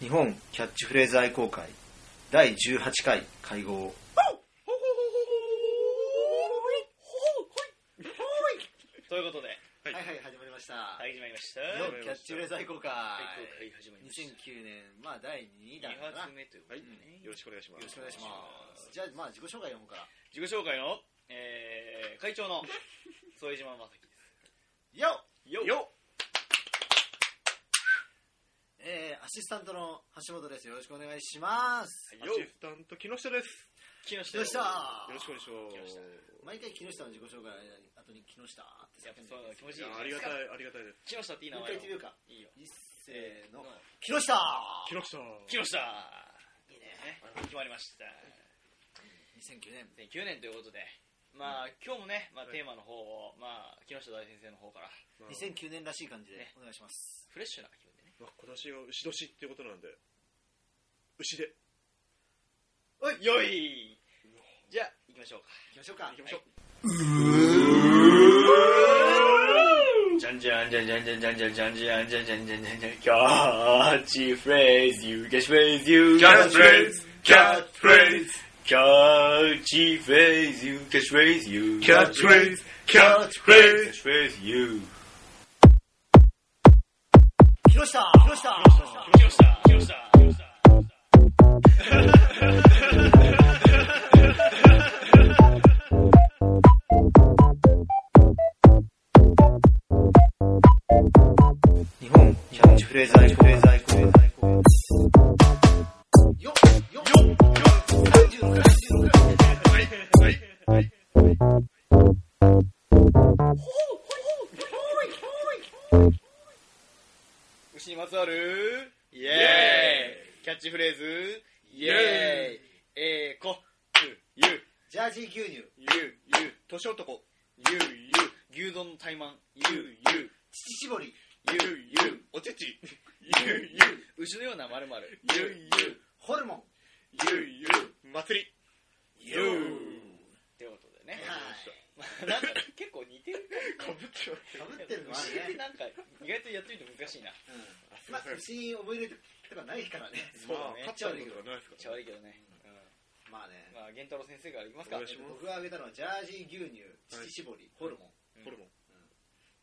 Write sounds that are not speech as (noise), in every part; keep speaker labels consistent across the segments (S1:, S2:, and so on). S1: 日本キャッチフレーズ愛好会第18回会合
S2: ということで、
S1: はいはい始まりました、
S2: はい、始まりました。
S1: 日本キャッチフレーズ愛好会
S2: はい、始まりました。
S1: 2009年まあ第2弾
S2: 2
S1: かな
S2: 発目ということ
S3: はい、
S2: でね。
S3: よろしくお願いしま
S1: よ
S3: す。
S1: ろしくお願いしますじゃあまあ自己紹介読むから
S2: 自己紹介の、えー、会長の副島正樹です。
S1: よっ
S2: よっ
S3: よ
S1: えー、アシスタントの橋本ですよろしくお願いします
S2: はい
S3: っアシスタント木下です。
S2: 木下
S1: 木下
S3: よろしくお願いします。
S1: 毎回木下の自己紹介の後に木下って叫
S2: やっぱ
S1: んで
S2: そういうの気持ち
S3: い
S2: いい
S3: や
S2: じゃ
S3: あ
S2: ないですか
S3: りがたい、ありがたいです。
S2: 木下っていい名
S1: もう一回言ってみよ
S2: 前よ
S1: うか
S2: いいよ。
S1: 一せーの
S2: うん
S1: 木下
S3: 木
S2: 木
S3: 下。
S2: 下
S1: いいね
S2: ね、決まりました。
S1: 2009年
S2: 2009年ということで、まあ、今日もね、まあ、テーマの方を、まあ、木下大先生の方から、
S3: まあ
S1: 2009年らしい感じで
S2: ね
S1: お願いします
S2: フレッシュな気分でね。
S3: まあ、今年が牛年っていうことなんで、牛で。
S2: よいじゃあ、行きましょうか。
S1: 行きましょうか
S3: 行きましょう。
S2: じゃんじゃんじゃんじゃんじゃんじゃんじゃんじゃんじゃんじゃんじゃんじゃんじゃんじゃんキャッチフレーズユーキャッチフレーズユー
S3: キャッチフレーズキャッチフレーズ
S2: キャッチフレーズユーキャッチフレーズユー
S3: キャッチフレーズキャッチフレーズ
S2: フレーズユー
S1: 木下木下
S2: 来ました来ました来ました
S1: 日本キャッチフレーズ愛好愛好愛好よっよっよっ36 36
S3: はい、はい、はい。
S2: 牛にまつわるイエーイキャッチフレーズイエーイえーこゆゆ
S1: ジャージー牛乳
S2: ゆゆ年男ゆゆ牛丼の怠慢ゆゆ
S1: 乳搾り
S2: ゆゆ
S3: おちち。
S2: ゆゆ牛のようなまるまる
S3: ゆゆ、
S1: ホルモン
S3: ゆゆ、祭り。ゆ
S2: ということでね
S1: はい
S2: まあなんか結構似てる
S3: かぶってます。
S1: かぶってるのあ
S2: 牛っ
S1: るね
S2: てなんか意外とやってみると難しいな
S1: うんまあ牛に覚えれてたらないからね (laughs)
S2: そうだ
S3: まあ、
S2: ね
S3: 勝ったことがないですか
S2: めっちゃ悪いけどね、
S1: まあね
S2: まあ源太郎先生からいきますか
S3: お願いしま
S1: 僕が挙げたのはジャージー牛乳乳搾りホルモン
S3: ら。ホルモン。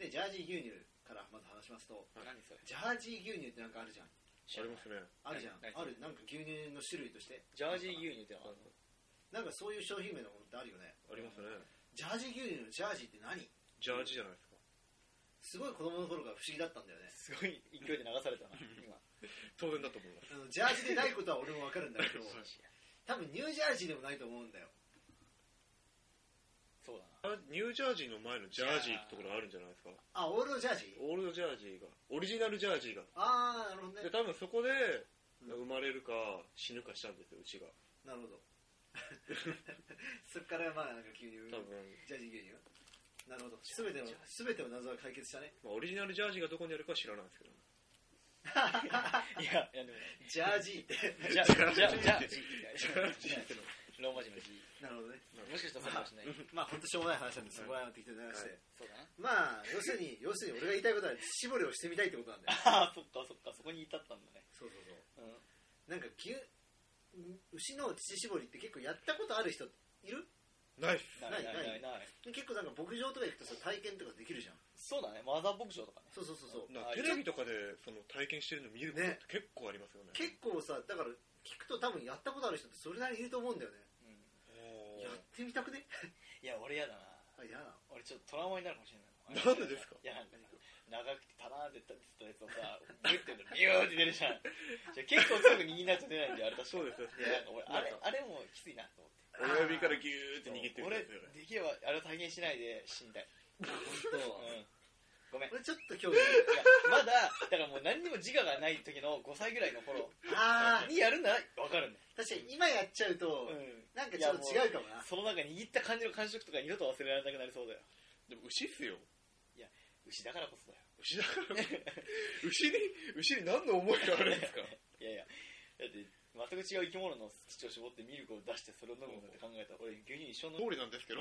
S1: でジャージー牛乳からまず話しますと
S2: 何それ
S1: ジャージー牛乳ってなんかあるじゃん
S3: ありますね。
S1: あるじゃん
S2: 何
S1: あるなんか牛乳の種類として
S2: ジャージー牛乳ってのは
S1: なんかそういう商品名のものってあるよね
S3: ありますね。
S1: ジャージー牛乳のジャージーって何
S3: ジャージじゃないですか。
S1: すごい子供の頃から不思議だったんだよね
S2: すごい勢いで流されたな今
S3: 当然だと思います。
S1: あのジャージでないことは俺もわかるん (laughs) だけど多分ニュージャージーでもないと思うんだよ
S2: そうだな
S3: あニュージャージーの前のジャージーってところあるんじゃないですか
S1: あオールドジャージー
S3: オールドジャージーがオリジナルジャージーが
S1: ああなるほど
S3: で
S1: ね
S3: 多分そこで
S1: うん
S3: 生まれるか死ぬかしたんですようちが
S1: なるほど (laughs) そっからまあなんか牛乳
S3: 多分、
S1: ジャージー牛乳なるほど全ての全ての謎は解決したね
S3: まあ、オリジナルジャージーがどこにあるかは知らないですけど
S2: いやいやでも
S3: (laughs)
S1: ジャー (laughs) ジーって
S2: ジャージャージャー
S3: ジャージーってのは
S2: ローマ字の字
S1: なるほどね
S2: もしかしたらそうかもしれない
S1: まあ本当しょうもない話なんでそこら辺は適当に流して、
S3: は
S2: そうだな
S1: まあ要するに要するに俺が言いたいことは乳搾りをしてみたいってことなんだよ
S2: ああそっかそっかそこに至ったんだね
S1: そうそうそう
S2: うん
S1: なんか牛牛の乳搾りって結構やったことある人いる
S3: ナイス
S2: ないないないない
S1: 結構なんか牧場とか行くとさ体験とかできるじゃん
S2: そうだねマザー牧場とかね
S1: そうそうそうそう
S3: なテレビとかでその体験してるの見ることって結構ありますよね
S1: 結構さだから聞くと多分やったことある人ってそれなりにいると思うんだよね
S2: うん
S3: お
S1: や
S3: ー
S1: ってみた (laughs) くね
S2: いや俺やだな
S1: あ嫌な
S2: 俺ちょっとトラウマになるかもしれない
S3: なんでですか
S2: いやなんか長くてタラーンって立ってたやつをさグッてやるとビューって出るじゃんじゃあ結構すぐ握んないと出ないんであれ確か
S3: そうですよ
S2: いやなんか俺あれ
S3: なん
S2: あれもきついなと思って
S3: 親指からギューって握ってる
S2: 俺
S3: やつよね
S2: できればあれを体験しないで死んだい
S1: あ
S2: う
S1: 本
S2: んごめん
S1: 当。俺ちょっと興味ある
S2: いやまだだからもう何にも自我がない時の5歳ぐらいの頃
S1: (laughs) あー
S2: にやるなら分かるんだよ
S1: 確かに今やっちゃうと、
S2: うん
S1: なんかちょっと違うかもな
S2: その中握った感じの感触とか二度と忘れられなくなりそうだよ
S3: でも牛っすよ
S2: 牛だからこそだよ
S3: 牛だから牛に牛に何の思いがあるんですか
S2: いやいやだって全く違う生き物の乳を絞ってミルクを出してそれを飲むなんて考えたら俺牛乳一生飲む
S3: (laughs) 通りなんですけど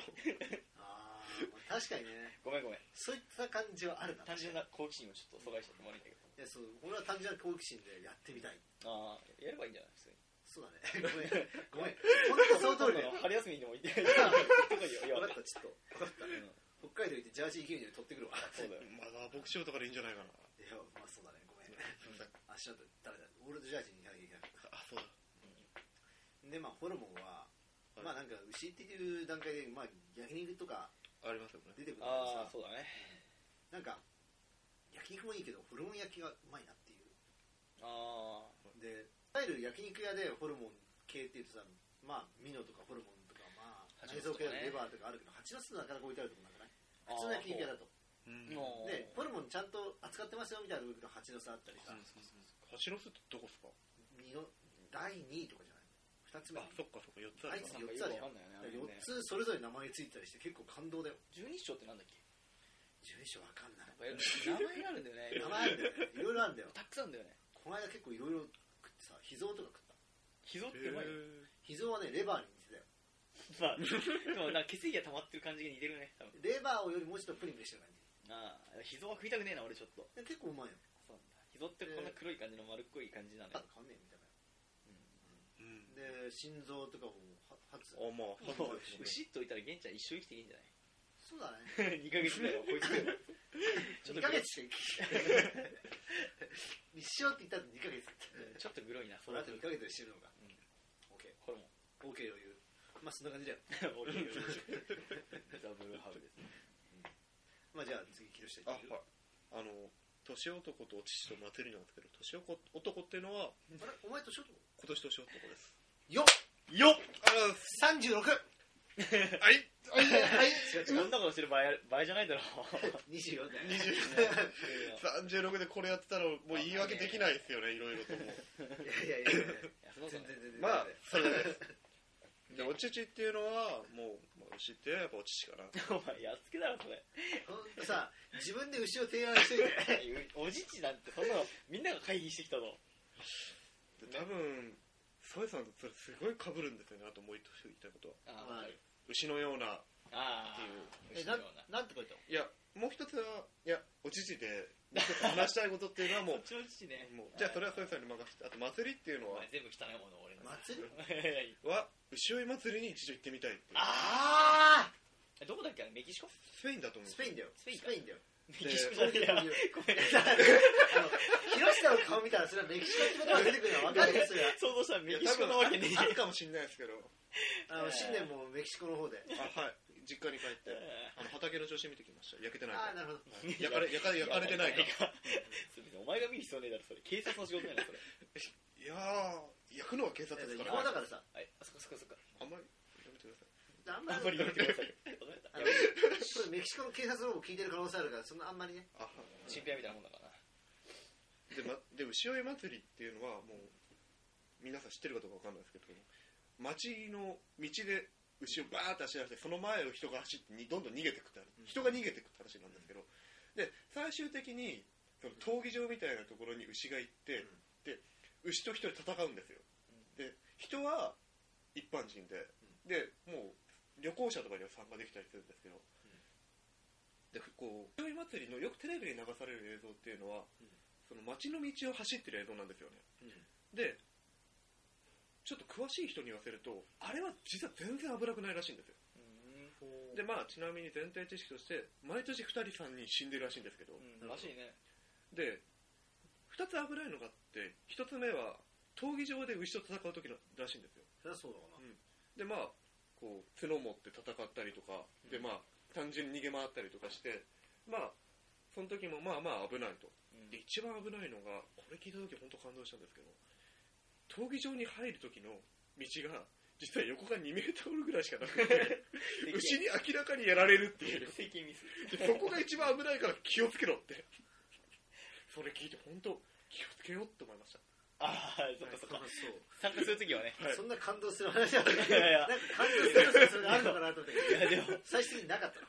S1: あーまあ確かにね
S2: ごめんごめん
S1: そういった感じはあるな
S2: 単純な好奇心をちょっと阻害しちゃってもらいいんだけど
S1: やそう俺は単純な好奇心でやってみたい
S2: ああ、やればいいんじゃない普 (laughs) 通に。
S1: そうだ (laughs) ねごめんごめん本当その通りだよ
S2: 春休みでも行ってない。
S1: (laughs) 分かったちょっと分かった北海道行ってジャージー牛乳取ってくるわ
S2: そうだよ。
S3: まあ、まあ、牧師とかでいいんじゃないかな。
S1: (laughs) いやまあそうだねごめん
S3: うん
S1: あしらと誰だ俺とジャージーにいなきゃいけなかっ
S3: あ、そうだ。
S1: たでまあホルモンは
S3: はい
S1: まあなんか牛っていう段階でまあ焼肉とか
S3: ありますよね。
S1: 出てくるから
S2: ああ、
S1: さ
S2: そうだね。
S1: なんか焼肉もいいけどホルモン焼きがうまいなっていう
S2: あ
S1: でいわゆる焼肉屋でホルモン系っていうとさまあミノとかホルモンとかまあ
S2: 蜂
S1: 冷
S2: の巣
S1: 蔵
S2: と
S1: 庫
S2: か
S1: 屋のレバ
S2: ね
S1: ーとかあるけど蜂の巣なかなか置いてあるとこなくない
S2: あ。
S1: 普通の焼肉屋だと
S3: うん
S2: あー。もう
S1: でホルモンちゃんと扱ってますよみたいなとこ行くと蜂の巣あったりさ
S3: 蜂の巣ってどこっすか
S1: 二の第2位とかじゃない2つ目
S3: あ、そっかそっか、4つ
S1: あ
S3: ある
S1: い
S3: か
S1: つ
S3: な。
S2: なん
S1: 4
S2: か
S1: つあるじゃん
S2: よくわかんないよ
S1: 4つそれぞれ名前つ
S2: ねあれね
S1: いてたりして結構感動だよ
S2: 十二章ってなんだっけ
S1: 住所わかんない
S2: 名前があるんだよね。
S1: (laughs) 名前あるんだよねいろいろあるんだよ
S2: たくさんあるんだよね。
S1: この間結構いろいろ食ってさ秘蔵とか食った
S2: 膝って
S3: へ
S2: うまいよ。
S3: ー
S1: 秘蔵はねレバーに似てたよ
S2: まあ、 (laughs) でもなんか血液が溜まってる感じが似てるね。多分
S1: レバーをよりもうちょっとプリプリしてる感
S2: ああ、膝は食いたくねえな、俺ちょっと。
S1: じで結構うまいよ
S2: そうなんだ。膝ってこんな黒い感じの丸っこい感じなん
S1: パ
S2: だ
S1: ッ
S2: よ
S1: と。変わんねえみたいな
S3: うん。
S1: で心臓とかもは初
S3: あ、まあ、そ
S2: も
S3: う
S2: う
S3: です、ね。
S2: 牛っといたら玄ちゃん一生生きていいんじゃ
S1: そうだね
S2: ない (laughs) ?2 ヶ月ぐらいはこい
S1: (laughs)
S2: つだよ。ちょっ
S1: 2
S2: と
S1: ヶ月しか生き (laughs) 一生って言ったら2ヶ月
S2: ちょっとグロいな、
S1: そ
S2: そ
S1: の
S2: の
S1: 後
S2: 後
S1: 2ヶ月で死ぬのか
S2: うん
S1: OK
S2: ホ
S1: (laughs)
S2: ルモン。
S1: OK 余裕まあそんな感じだよ
S2: ダブル (laughs) ハウですね。
S1: まあじゃあ次木下
S3: あ、
S1: 行
S3: は
S1: ってみ
S3: い
S1: る。
S3: あの、年男とお父と祭りなんですけど、年男男っていうのは、
S1: あれお前とショート
S3: 今年年男です。
S1: よっ
S3: よっ
S1: 三十六。
S3: あら、はい
S1: はいはい。(laughs)
S2: そんなことしてる場合場合じゃないだろ
S1: 二十四だよ。
S2: う。
S3: 36でこれやってたらもう言い訳できないですよねいろいろとも
S1: (laughs)
S3: う
S1: いやいやいやいや。全然
S2: 全然
S1: 全然。
S3: まあ (laughs) それ (laughs) ですでお乳っていうのはもう、まあ、牛ってやっぱお乳か (laughs) な
S2: お前やっつけだろそれ
S1: ほんとさ自分で牛を提案しといて。
S2: (laughs) おじちなんてそんなのみんなが会議してきたぞ
S3: で多分ソエさんとそれすごい被るんですよねあともう一つ言いたいことは
S1: まあ
S3: 牛のような
S2: あ
S1: えなんなんて書いたの？
S3: いやもう一つはいやお乳でもう一つ話したいことっていうのはも
S2: こ
S3: う
S2: っちの父ね
S3: もうじゃあそれはソエさんに任せてあと祭りっていうの
S2: お
S3: は
S2: 前全部汚いもの俺 (laughs) の
S1: 祭り？
S3: は牛追い祭りに一度行ってみたいっていう
S1: ああ。
S2: どこだっけメキシコ
S3: スペインだと思う
S1: スペインだよ。
S2: スペイン
S1: ス
S2: か
S1: ペインだよ。
S2: メキシコじゃねえやごめん
S1: あの広下の顔見たらそれはメキシコってことが出てくるのは分かるよそれは。
S2: 想像したらメキシコなわけねえ
S3: いや多分あるかもしれないですけ (laughs) ど
S1: あの新年もメキシコの方で。
S3: あはい実家に帰ってあの畑の調子見てきました焼けてない
S1: ああ
S3: か
S1: なるほど。
S3: はい焼かれ焼かれ焼かれてないか
S2: (laughs) お前が見る必要ねえだろそれ警察の仕事なのそれ
S3: (laughs) いやー焼くのは警察ですから
S1: 山だからさ。
S2: はいあそこそこそこ
S3: あんまりやめてください
S1: あんま
S2: あんまり (laughs)
S1: り。
S2: やめてください
S1: あのこれメキシコの警察の方も聞いてる可能性あるからそんなあんまりね。
S3: あはい
S2: チンピラみたいなもんだからな
S3: で,、ま、で牛追い祭りっていうのはもう皆さん知ってるかどうかわかんないですけど街の道で牛をバーッて走らせてその前を人が走ってにどんどん逃げてくってある人が逃げてくって話なんですけどで最終的にその闘技場みたいなところに牛が行ってで牛と人で戦うんですよで人は一般人ででもう旅行者とかには参加できたりするんですけどでこう牛追い祭りのよくテレビで流される映像っていうのは
S1: うん
S3: その街の道を走ってる映像なんですよねでちょっと詳しい人に言わせるとあれは実は全然危なくないらしいんですよでまあちなみに前提知識として毎年2人3人死んでるらしいんですけど、
S2: うんらしいね
S3: で2つ危ないのがあって1つ目は闘技場で牛と戦う時のらしいんですよ
S1: それはそうだわな。
S3: でまあこう角持って戦ったりとかで
S2: うん
S3: まあ単純に逃げ回ったりとかしてまあその時もまあまあ危ないとで一番危ないのがこれ聞いた時本当感動したんですけど闘技場に入る時の道が実は横が2メートルぐらいしかなく (laughs) て牛に明らかにやられるっていう
S2: 政権ミス
S3: でそこが一番危ないから気をつけろってそれ聞いて本当気をつけようって思いました
S2: ああそっかそっか参加するときはね
S3: はい
S1: そんな感動する話だった
S2: いやいや
S1: なんか感動する話がそれあるのかなと思って
S2: い (laughs) やでも
S1: 最終的になかった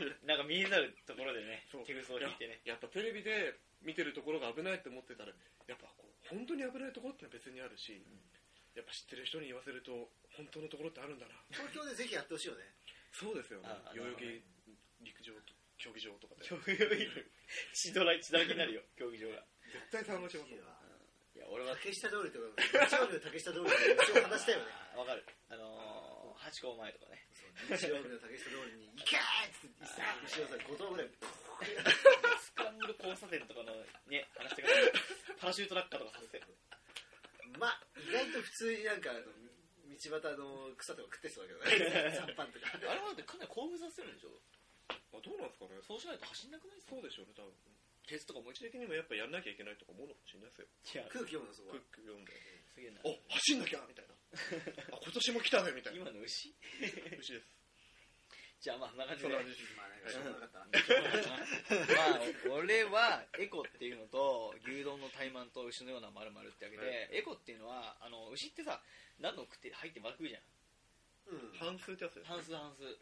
S1: の
S2: なんかなんか見えざるところでね
S3: そう
S2: 手ぐすを引いてね
S3: やっぱテレビで見てるところが危ないって思ってたらやっぱこう本当に危ないところってのは別にあるし、やっぱ知ってる人に言わせると本当のところってあるんだな
S1: 東京でぜひやってほしいよね
S3: そうですよね
S2: ああ
S3: 代々
S2: な
S3: 木
S2: る
S3: 陸上と競技場とかで
S2: 競技場いる血だら血だらけになるよ競技場が
S3: 絶対賛同してますもん
S2: いや、俺は、
S1: 竹下通りとか、日曜日の竹下通りとか一応話したよね。
S2: わかる。あのー、ハチ公前とかね。
S1: 日曜日の竹下通りに、行けーっつって、さーっと後ろさ、5頭ぐらい、プ
S2: スクランブル交差点とかのね、話してから、パラシュート落下とかさせてる。
S1: ッまあ、意外と普通になんか、あの道端の草とか食ってそうだけどね。残飯とか。
S2: あれはだってかなり興奮させるんでしょ
S3: あどうなんですかね
S2: そうしないと走んなくないですか
S3: そうでしょうね多分
S2: 鉄とか思いっき
S3: 地的にもやっぱやんなきゃいけないとか思うのかもしれないですよ
S2: り。いや、
S1: 空気読むの、そこ
S3: ク
S1: は
S3: ッ。ク読んです
S2: げえな。
S3: お走んなきゃみたいな (laughs) あ今年も来たねみたいな
S2: 今の牛
S3: 牛です
S2: じゃあまあ、そんな感じ
S3: そん
S2: で
S3: な。感じです
S1: まあ、なんかしょうがなかったな。
S2: まあ、俺はエコっていうのと牛丼の怠慢と牛のような丸々ってわけで、
S3: は
S2: エコっていうのはあの牛ってさ何度も食って入ってまくるじゃん
S1: うん。
S3: 半数ってやつです
S2: 半数半数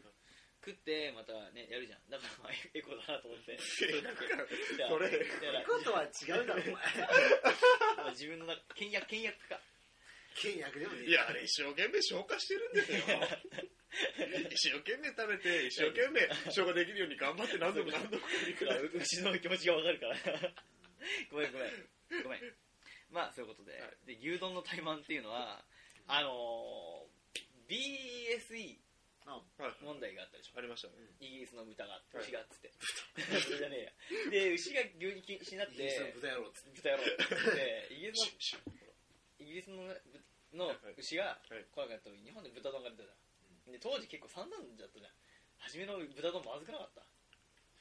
S2: 食ってまたねやるじゃんだからまあエコだなと思ってそれだけだ
S3: それ
S2: から
S1: 行くことは違うだろ、お前。
S2: まあ自分の中倹約倹約か
S1: 倹約でもねえ
S3: いやあれ一生懸命消化してるんですよ一 (laughs) 生懸命食べて一生懸命消化できるように頑張って何度も何度も繰り
S2: いくら
S3: 返す
S2: 牛の気持ちがわかるから (laughs) ごめんごめんごめんまあそういうことで,、
S3: は
S2: で牛丼の怠慢っていうのはあのー BSE
S1: あ
S3: はい
S2: 問題があったでしょ
S3: ありましたね
S2: イギリスの豚があって
S3: はい
S2: 牛がっつって、 (laughs) 豚じゃねえやで牛が牛肉禁止になっ
S1: イギリスの
S2: て
S1: 豚野郎っつって。
S2: 豚野郎って言ってイギリス
S3: シュッシュッ
S2: のイギリスのの牛が
S3: いはい
S2: 来なくなった時に日本で豚丼が出たじゃんで当時結構散々じゃったじゃん初めの豚丼まずくなかった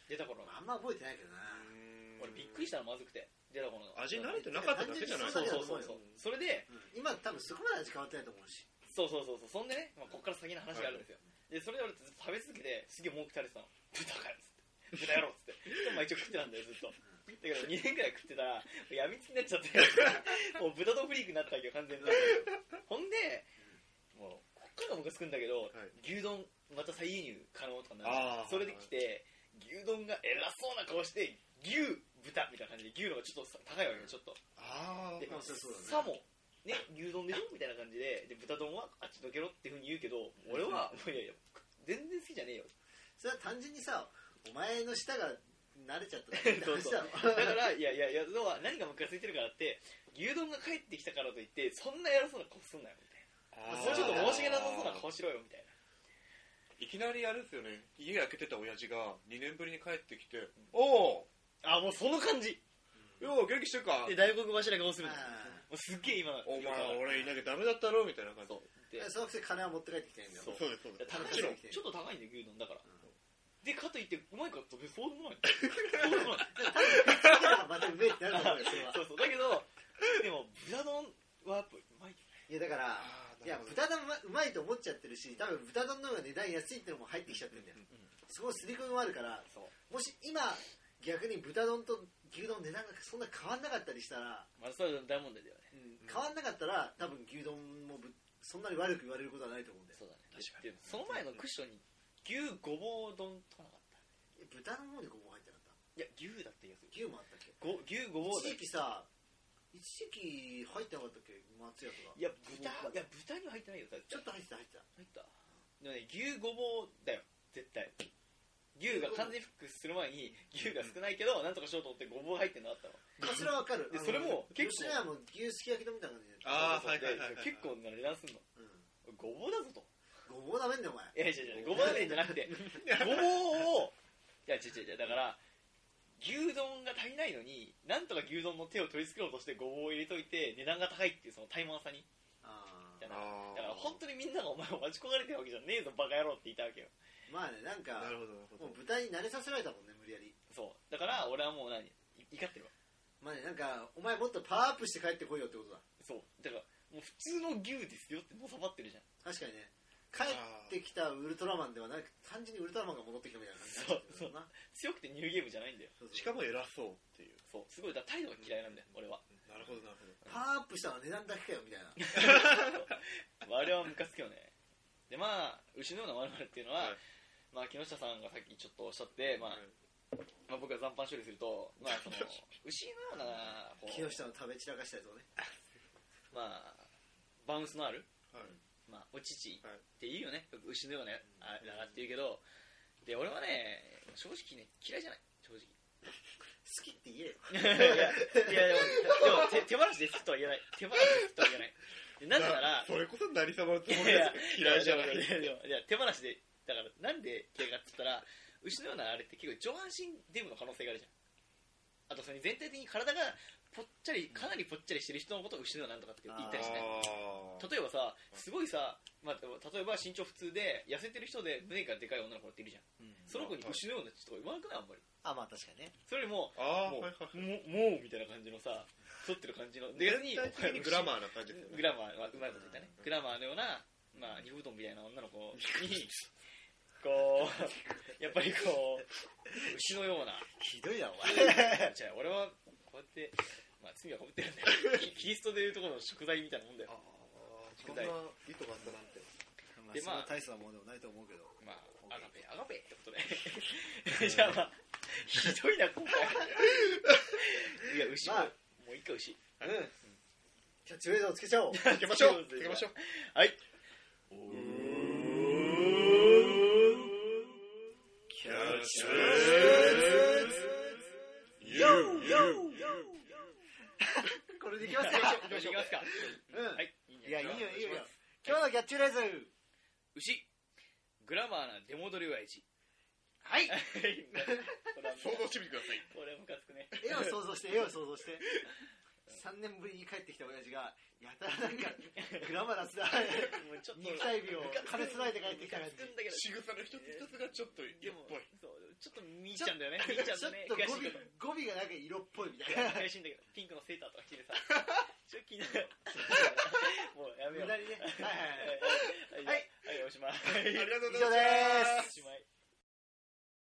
S2: 出た頃の
S1: あんま覚えてないけどな。
S2: 俺びっくりしたのまずくて出た頃の
S3: 味慣れてなかっただけじゃない
S1: そう
S2: そ
S1: う
S2: そ
S1: そうう
S2: そ
S1: そうう
S2: そ
S1: そうう
S2: それで
S1: うん今多分そこまで味変わってないと思うし。
S2: そうそうそうそうそんでね、まあ、こっから先の話があるんですよ、でそれで俺ずっと食べ続けてすげえ文句垂れてたの豚かよっつって豚やろうっつってでもまあ一応食ってたんだよずっとだけど2年ぐらい食ってたらもうやみつきになっちゃってもう豚丼フリークになったわけよ完全にほんでもうこっからがムカつくんだけど、
S3: はい
S2: 牛丼また再輸入可能とかなる
S3: あー
S2: それで来て牛丼が偉そうな顔して牛豚みたいな感じで牛の方がちょっと高いわけよちょっと
S3: あ
S2: で
S1: まあそりゃそうだね
S2: さも、ね、牛丼でしょみたいな感じでで豚丼はあっちどけろっていうふうに言うけど俺はもういやいや全然好きじゃねえよ
S1: それは単純にさ、お前の舌が慣れちゃっただけって話だろ。
S2: だからいやいやいや要は何がムカついてるからって牛丼が帰ってきたからといってそんな偉そうな顔すんなよみたい
S3: あ
S2: な
S1: ー
S2: もうちょっと申し訳なさそうな
S3: 顔
S2: 顔しろよみたいない
S3: きなりあれですよね家開けてた親父が2年ぶりに帰ってきて「おお
S2: あもうその感じ
S3: よう元気してるか
S2: で大黒柱が顔するのも
S1: あ
S2: うすっげえ今
S3: お前俺いなきゃダメだったろ」みたいな感じ
S2: そうで
S1: ーそのくせ金は持って帰ってきてないんだよ
S2: そ。う (laughs)
S3: そうですそうです
S2: 高
S1: も
S2: い
S1: ち
S2: よ
S1: ろん
S2: ちょっと高いんだよ牛丼だから、
S1: うん
S2: でかといってうまいかって別にそうでもないそうでもない
S1: だからまたうめえってなると思うよ、それは。
S2: そうそうだけどでも豚丼はやっぱうまい
S1: いや、だから、
S3: あー
S1: いや、豚丼うまいと思っちゃってるし、多分豚丼の方が値段安いってのも入ってきちゃってるんだよ。そこすり込みもあるから、
S2: そう
S1: もし今、逆に豚丼と牛丼の値段がそんな変わんなかったりしたら、
S2: まあそれは大問題だよね
S1: 変わんなかったら、多分牛丼もぶそんなに悪く言われることはないと思うんだよ。
S2: そうだね
S3: 確かに
S2: ででその前のクッションに牛ごぼう丼とかなかった
S1: え豚の方にごぼう入ってなかった
S2: いや牛だって言うやつ
S1: 牛もあったっけ
S2: ご牛ごぼう
S1: 一
S2: だ
S1: 時期さ、一時期入ってなかったっけ松屋とか。
S2: いや豚いや豚には入ってないよだって
S1: ちょっと入ってた、入ってた。
S2: 入ったでもね牛ごぼうだよ絶対牛が完全復活する前に牛が少ないけどなんとかしようと思ってごぼう入ってんのあったの
S1: あそれはわかる。
S2: で
S1: あの
S2: それも結構
S1: 吉野家も牛すき焼き丼みたいな感じで。
S3: あ
S2: そ
S3: ー
S2: うそうそう
S3: はいはいはいはい
S2: で結構な値段すんの
S1: う
S2: ごぼうだぞと
S1: ん。ごぼうダメんだよ、お前。
S2: いやいやいやごぼうだねじゃなく
S3: (laughs)
S2: てごぼうをいや違う違う違うだから牛丼が足りないのになんとか牛丼の手を取り繕ろうとしてごぼうを入れといて値段が高いっていうその怠慢さに
S1: あ
S2: だ
S1: ー
S2: か
S3: あー
S2: ら本当にみんながお前を待ち焦がれてるわけじゃねえぞバカ野郎って言ったわけよ
S1: まあね、なんか
S3: な、るほどなるほ
S1: もう
S3: ど
S1: 豚に慣れさせられたもんね、無理やり。
S2: そうだから俺はもう何い怒ってるわ
S1: まあね、なんか、お前もっとパワーアップして帰ってこいよってことだ。
S2: そうだからもう普通の牛ですよってのさばってるじゃん
S1: 確かにね。帰ってきたウルトラマンではなく、単純にウルトラマンが戻ってきたみたいな感じになっちゃってるもんな
S2: 強くてニューゲームじゃないんだよ
S1: そうそう
S3: しかも偉そうっていう
S2: そうすごいだから態度が嫌いなんだよ俺は
S3: なるほどなるほど
S1: パワーアップしたのは値段だけかよ、みたいな。
S2: あれはムカつくよねでまあ牛のような我々っていうのは、
S3: はい
S2: まあ木下さんがさっきちょっとおっしゃって、まあ
S3: はい
S2: まあ、僕が残飯処理すると、まあ、そ (laughs) の牛のようなこ
S1: 木
S2: う、
S1: 下の食べ散らかしたやつをね。
S2: まあ、バウンスのある、
S3: はい
S2: まあ、お乳っ
S3: はい
S2: ていいよねよく牛のような (laughs) あだなって言うけどで俺はね正直ね嫌いじゃない正直
S1: きって言えよ
S2: いやいやでも (laughs) でも手手放しですとは言えない手放しですとは言えないでなぜなら
S3: それこそ成り様のつもり
S2: いや
S3: ですよ嫌いじゃない
S2: やでもでもでもいや手放しでだからなんで嫌いかっつったら牛のようなあれって結構上半身デブの可能性があるじゃんあとそれに全体的に体がぽっちゃりかなりぽっちゃりしてる人のことを牛のようなんとかって言ったりしない
S3: あ
S2: 例えばさすごいさ、まあ、例えば身長普通で痩せてる人で胸がでかい女の子っているじゃんその子に牛のような人とか言わなくないあんまり
S1: あまあ確かにね
S2: それよりも
S3: あー
S2: もう,、
S3: はいはい
S2: もうみたいな感じのさ太ってる感じので別に
S3: 全体的にグラマーな感じですよ
S2: グ
S3: ね
S2: ラマーはうまいこと言ったねグラマーのような、まあ、肉布団みたいな女の子にこうやっぱりこう牛のような
S1: ひどいなお前
S2: じゃあ俺はこうやって、まあ、罪は被ってるんだよキキリストでいうところの食材みたいなもんだよ
S3: あーそんな意図があったなんて
S1: まあ
S2: で
S1: そん
S2: まあ
S1: な大したものでもないと思うけど
S2: まあアガペアガペってことで (laughs) じゃあまあひどいな今回いや牛も、
S1: まあ
S2: もう一回牛
S3: うん
S1: キャッチフレーズをつけちゃおう
S3: 行きましょう行きましょう
S2: はい
S1: キ
S3: よ
S1: これでいきます
S2: 行
S1: か
S2: きましょう行きますか
S1: うん
S2: はい
S1: (laughs) いやいいよいいよいい
S2: お願し
S1: よ
S2: ます
S1: 今日のキャッチフレーズ
S2: 牛グラマーな出戻り親父はい
S3: 想像してみてください
S2: これムカ
S1: (laughs)
S2: つくね
S1: 絵を想像して絵を想像して3年ぶりに帰ってきた親父がやたらなんかグラマラスだ
S2: もうちょっと
S1: 肉体美を兼ね備えて帰ってきた感
S2: ムカつくんだけど
S3: 仕草の一つ一つがちょっと
S2: で
S3: 色っ
S2: も
S3: ぽい
S2: そうちょっとみーちゃんだよねみーちゃん
S1: ちょ
S2: だ
S1: っ
S2: ね
S1: と
S2: 悔
S1: 語
S2: しいけど
S1: 尾語尾がなんか色っぽいみた
S2: (laughs)
S1: いな
S2: 悔しいんだけどピンクのセーターとか着てさちょっと気にな
S1: (laughs)
S2: るもうやめ
S1: 無
S2: よう
S1: 駄にねはいはいはい
S2: はい、はい、おしまい。
S3: ありがとう
S1: 以
S3: ご
S1: 上
S3: ざいま
S1: ですす
S2: おしまい。